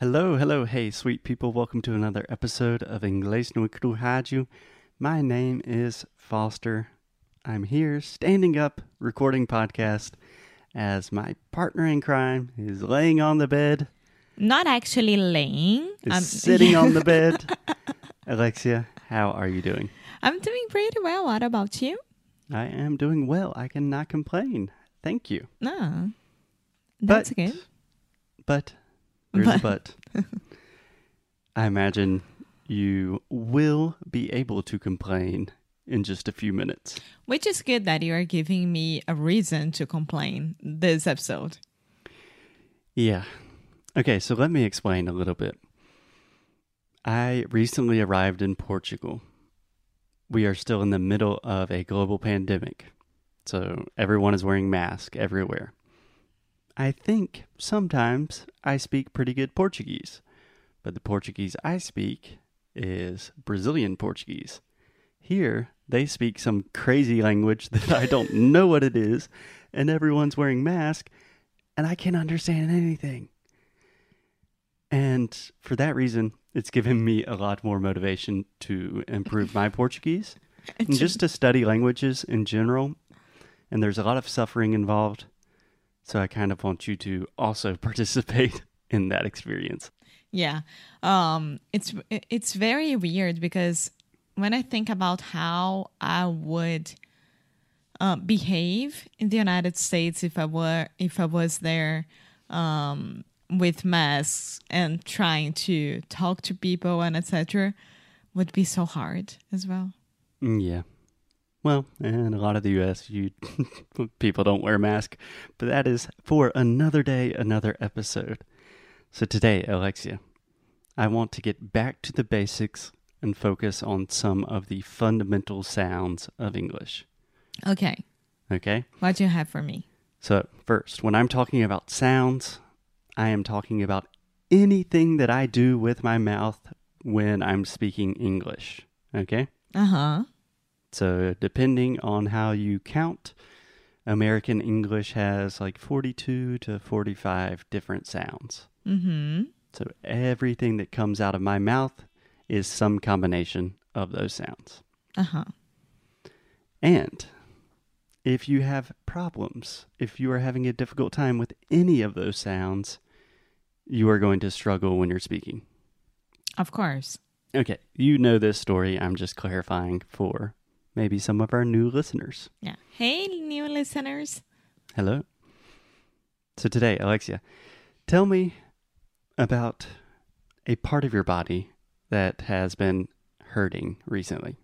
Hello, hello, hey, sweet people. Welcome to another episode of Inglês no Cru Rádio. My name is Foster. I'm here standing up recording podcast as my partner in crime is laying on the bed, Not actually laying. is I'm sitting on the bed. Alexia, how are you doing? I'm doing pretty well. What about you? I am doing well. I cannot complain. Thank you. No. That's But- good. But there's a but. I imagine you will be able to complain in just a few minutes. Which is good that you are giving me a reason to complain this episode. Yeah. Okay, so let me explain a little bit. I recently arrived in Portugal. We are still in the middle of a global pandemic. So everyone is wearing masks everywhere. I think sometimes I speak pretty good Portuguese, but the Portuguese I speak is Brazilian Portuguese. Here, they speak some crazy language that I don't know what it is, and everyone's wearing masks, and I can't understand anything. And for that reason, it's given me a lot more motivation to improve my Portuguese and just to study languages in general. And there's a lot of suffering involved. So I kind of want you to also participate in that experience. Yeah. Um it's it's very weird because when I think about how I would uh, behave in the United States if I were if I was there um with masks and trying to talk to people and etc would be so hard as well. Mm, Yeah. Well, in a lot of the US, you people don't wear masks, but that is for another day, another episode. So today, Alexia, I want to get back to the basics and focus on some of the fundamental sounds of English. Okay. Okay? What do you have for me? So, first, when I'm talking about sounds, I am talking about anything that I do with my mouth when I'm speaking English. Okay? Uh-huh. So, depending on how you count, American English has like 42 to 45 different sounds. Mhm. So, everything that comes out of my mouth is some combination of those sounds. Uh-huh. And if you have problems, if you are having a difficult time with any of those sounds, you are going to struggle when you're speaking. Of course. Okay, you know this story. I'm just clarifying for maybe some of our new listeners. Yeah. Hey new listeners. Hello. So today, Alexia, tell me about a part of your body that has been hurting recently.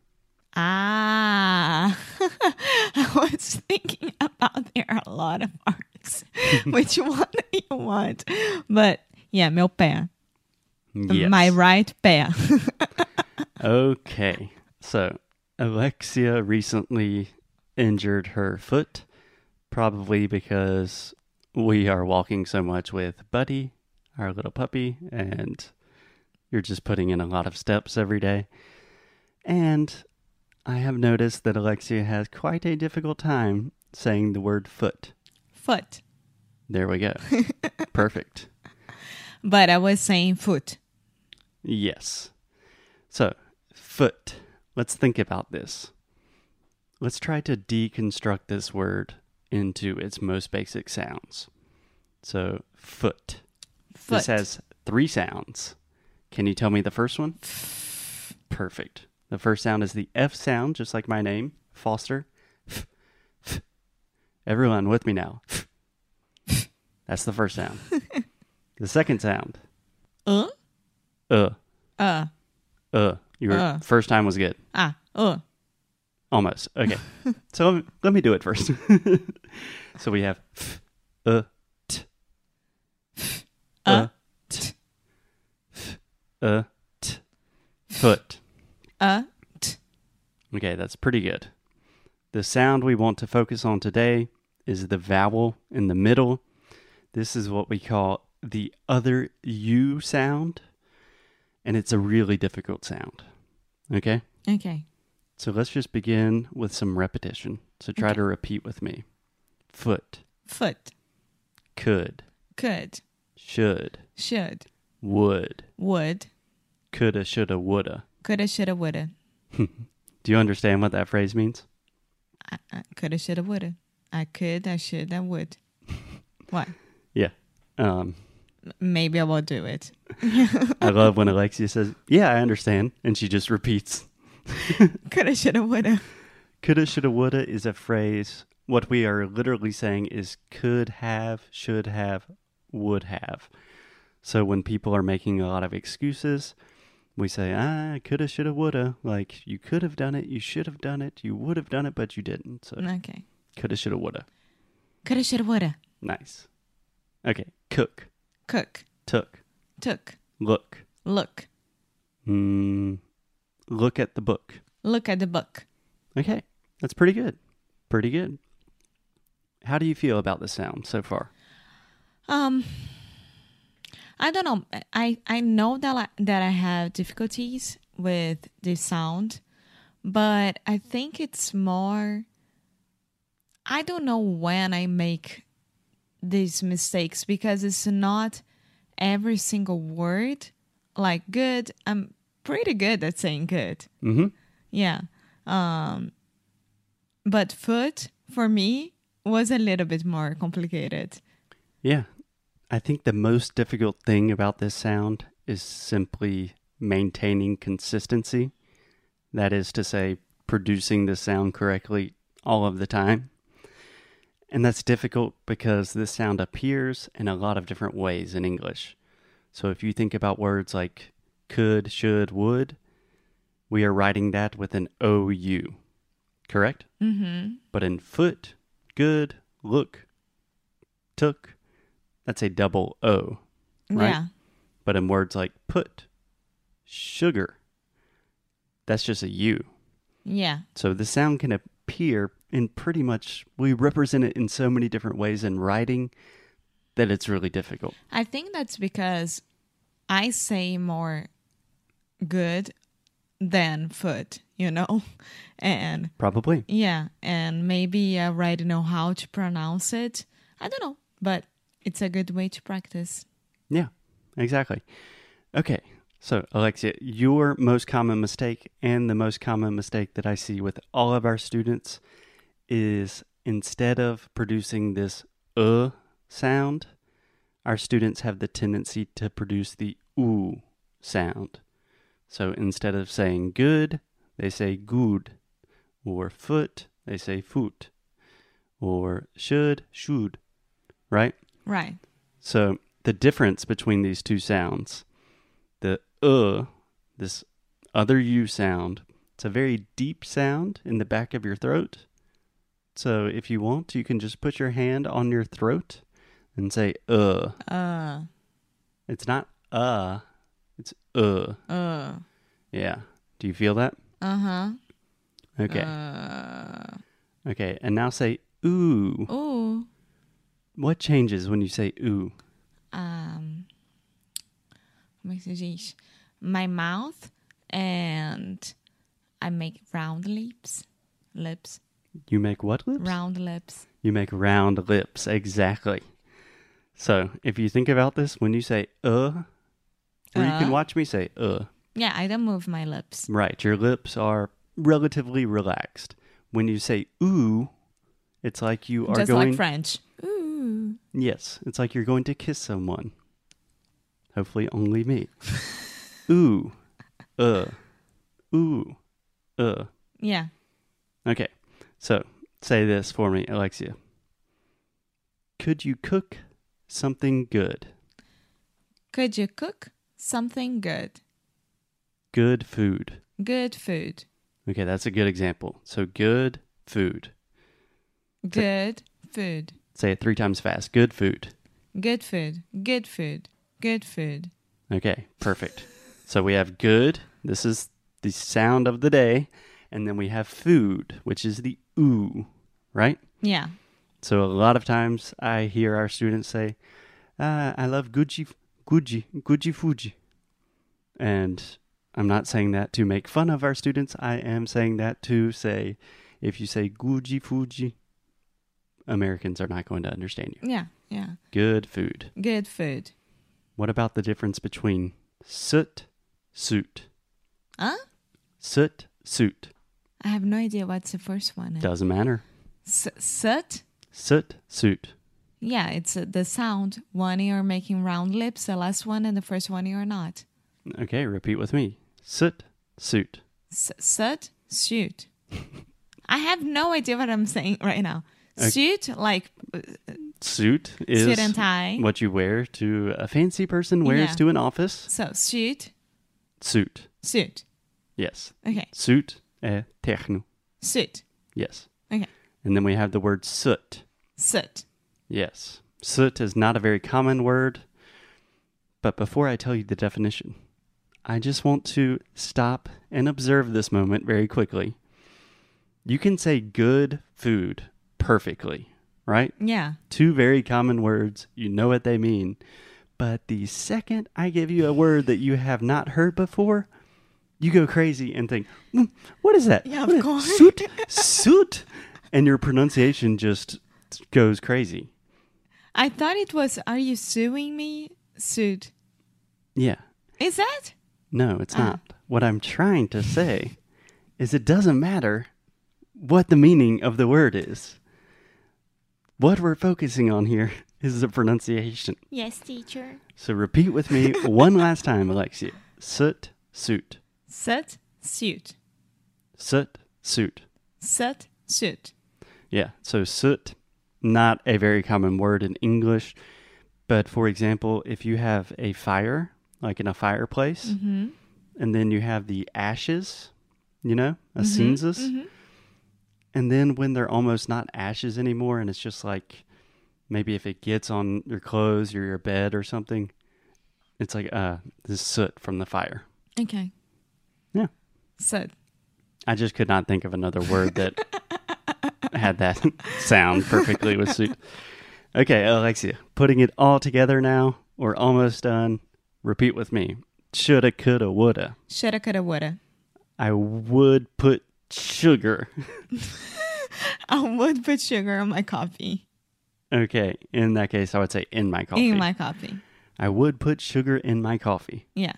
Ah, I was thinking about there are a lot of arcs. Which one do you want? But yeah, meu pé. My right pé. okay. So, Alexia recently injured her foot, probably because we are walking so much with Buddy, our little puppy, and you're just putting in a lot of steps every day. And I have noticed that Alexia has quite a difficult time saying the word foot. Foot. There we go. Perfect. But I was saying foot. Yes. So, foot. Let's think about this. Let's try to deconstruct this word into its most basic sounds. So, foot. Foot. This has three sounds. Can you tell me the first one? Perfect. The first sound is the F sound, just like my name, Foster. F, f. Everyone with me now. F. That's the first sound. the second sound, uh? uh. Uh. Uh, your Uh. first time was good. Ah. Uh. Almost. Okay. so let me, let me do it first. so we have f, uh, t, f, uh, t, f, uh, t, foot. Uh. Okay, that's pretty good. The sound we want to focus on today is the vowel in the middle. This is what we call the other U sound, and it's a really difficult sound. Okay? Okay. So let's just begin with some repetition. So try Okay. to repeat with me. Foot, Foot. could, Could. should, Should. Would. Would. Coulda, shoulda, woulda. Coulda, shoulda, woulda. Do you understand what that phrase means? I, I coulda, shoulda, woulda. I could, I should, I would. What? Yeah. Um, Maybe I will do it. I love when Alexia says, Yeah, I understand. And she just repeats. Coulda, shoulda, woulda. Coulda, shoulda, woulda is a phrase. What we are literally saying is could have, should have, would have. So when people are making a lot of excuses, we say, ah, coulda, shoulda, woulda. Like, you could have done it, you should have done it, you would have done it, but you didn't. So Okay. coulda, shoulda, woulda. Coulda, shoulda, woulda. Nice. Okay. Cook, Cook. took, Took. look. Look. Mm, look at the book. Look at the book. Okay, that's pretty good. Pretty good. How do you feel about the sound so far? Um, I don't know. I I know that I, that I have difficulties with the sound, but I think it's more. I don't know when I make these mistakes because it's not every single word like good. I'm pretty good at saying good. Mm-hmm. Yeah. Um but foot for me was a little bit more complicated. Yeah. I think the most difficult thing about this sound is simply maintaining consistency. That is to say, producing the sound correctly all of the time. And that's difficult because this sound appears in a lot of different ways in English. So if you think about words like could, should, would, we are writing that with an OU, correct? Mhm. But in foot, good, look, took, that's a double O. Right. Yeah. But in words like put, sugar, that's just a U. Yeah. So the sound can appear in pretty much, we represent it in so many different ways in writing that it's really difficult. I think that's because I say more good than foot, you know? And Probably. yeah, and maybe I already know how to pronounce it. I don't know, but it's a good way to practice. Yeah, exactly. Okay. So, Alexia, your most common mistake and the most common mistake that I see with all of our students is instead of producing this uh sound, our students have the tendency to produce the oo sound. So instead of saying good, they say good, or foot, they say foot, or should, should, right? Right. So the difference between these two sounds, the uh, this other u sound, it's a very deep sound in the back of your throat. So if you want, you can just put your hand on your throat and say uh. Uh It's not uh, it's uh. uh Yeah. Do you feel that? uh-huh. Okay. Uh Okay. And now say ooh. ooh. What changes when you say ooh? um, como é que se diz? My mouth and I make round lips. Lips. You make what lips? Round lips. You make round lips, exactly. So if you think about this, when you say uh, or you can Uh. watch me say uh, Yeah, I don't move my lips. right, your lips are relatively relaxed. When you say ooh, it's like you are Just going. like French. Ooh. yes, it's like you're going to kiss someone. Hopefully, only me. ooh, uh, ooh, uh. Yeah. Okay, so say this for me, Alexia. Could you cook something good? Could you cook something good? Good food. Good food. Okay, that's a good example. So, good food. Good food. Say it three times fast. Good food. Good food. Good food. Good food. Okay, perfect. so, we have good. This is the sound of the day. And then we have food, which is the ooh, right? Yeah. So, a lot of times I hear our students say, ah, I love Gucci, Gucci, Gucci Fuji. And I'm not saying that to make fun of our students. I am saying that to say, if you say Gucci Fuji, Americans are not going to understand you. Yeah. Yeah. Good food. Good food. What about the difference between soot, suit? Huh? Soot, suit. I have no idea what's the first one. Doesn't matter. S- soot? Soot, suit. Yeah, it's uh, the sound. One you're making round lips, the last one, and the first one you're not. Okay, repeat with me. Soot, suit. S- soot, suit. I have no idea what I'm saying right now. Suit, like uh, Suit is Suit and tie. what you wear to a fancy person wears Yeah. to an office. so, suit, Suit. suit. Yes. Okay, Suit e techno. suit. Yes. Okay, And then we have the word soot. soot. Yes. Soot is not a very common word. But before I tell you the definition, I just want to stop and observe this moment very quickly. You can say good food perfectly, right? Yeah, Two very common words. You know what they mean. But the second I give you a word that you have not heard before, you go crazy and think, "Mm, what is that? Yeah, What of is- course. Soot, soot. And your pronunciation just goes crazy. I thought it was. Are you suing me? Suit. Yeah. Is that? No, Uh. it's not. What I'm trying to say is it doesn't matter what the meaning of the word is. What we're focusing on here is the pronunciation. Yes, teacher. So repeat with me one last time, Alexia. Soot, suit. Soot, suit. Soot, suit. Soot, suit. Yeah, so soot, not a very common word in English. But for example, if you have a fire, like in a fireplace, and then you have the ashes, you know, a census. And then when they're almost not ashes anymore, and it's just like maybe if it gets on your clothes or your bed or something, it's like uh, this soot from the fire. Okay. Yeah. Soot. I just could not think of another word that had that sound perfectly with suit. Okay, Alexia, putting it all together now. We're almost done. Repeat with me. Shoulda, coulda, woulda. Shoulda, coulda, woulda. I would put sugar. I would put sugar on my coffee. Okay, in that case, I would say in my coffee. In my coffee. I would put sugar in my coffee. Yeah.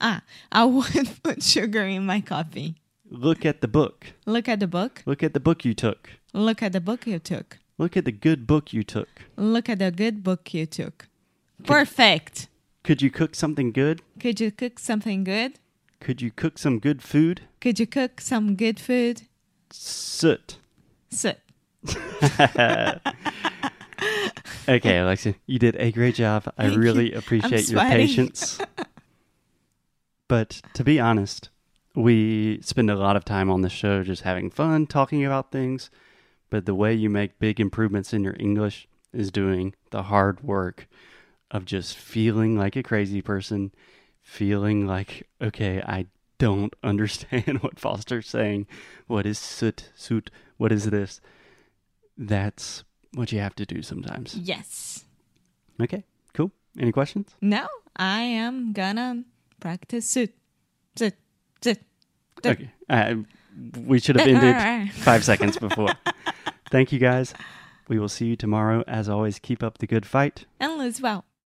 Ah, I would put sugar in my coffee. Look at the book. Look at the book. Look at the book you took. Look at the book you took. Look at the good book you took. Look at the good book you took. Perfect. Could you cook something good? Could you cook something good? Could you cook some good food? Could you cook some good food? Soot. Soot. Okay, Alexia, you did a great job. I Thank you. really appreciate your sweating. patience. but to be honest, we spend a lot of time on the show just having fun, talking about things. But the way you make big improvements in your English is doing the hard work of just feeling like a crazy person, feeling like, okay, I don't understand what Foster's saying. What is soot, soot? What is this? That's what you have to do sometimes. Yes. Okay, cool. Any questions? No, I am gonna practice soot. Soot. Soot. Th- Okay. Uh, we should have ended five seconds before. Thank you guys. We will see you tomorrow. As always, keep up the good fight. And lose well.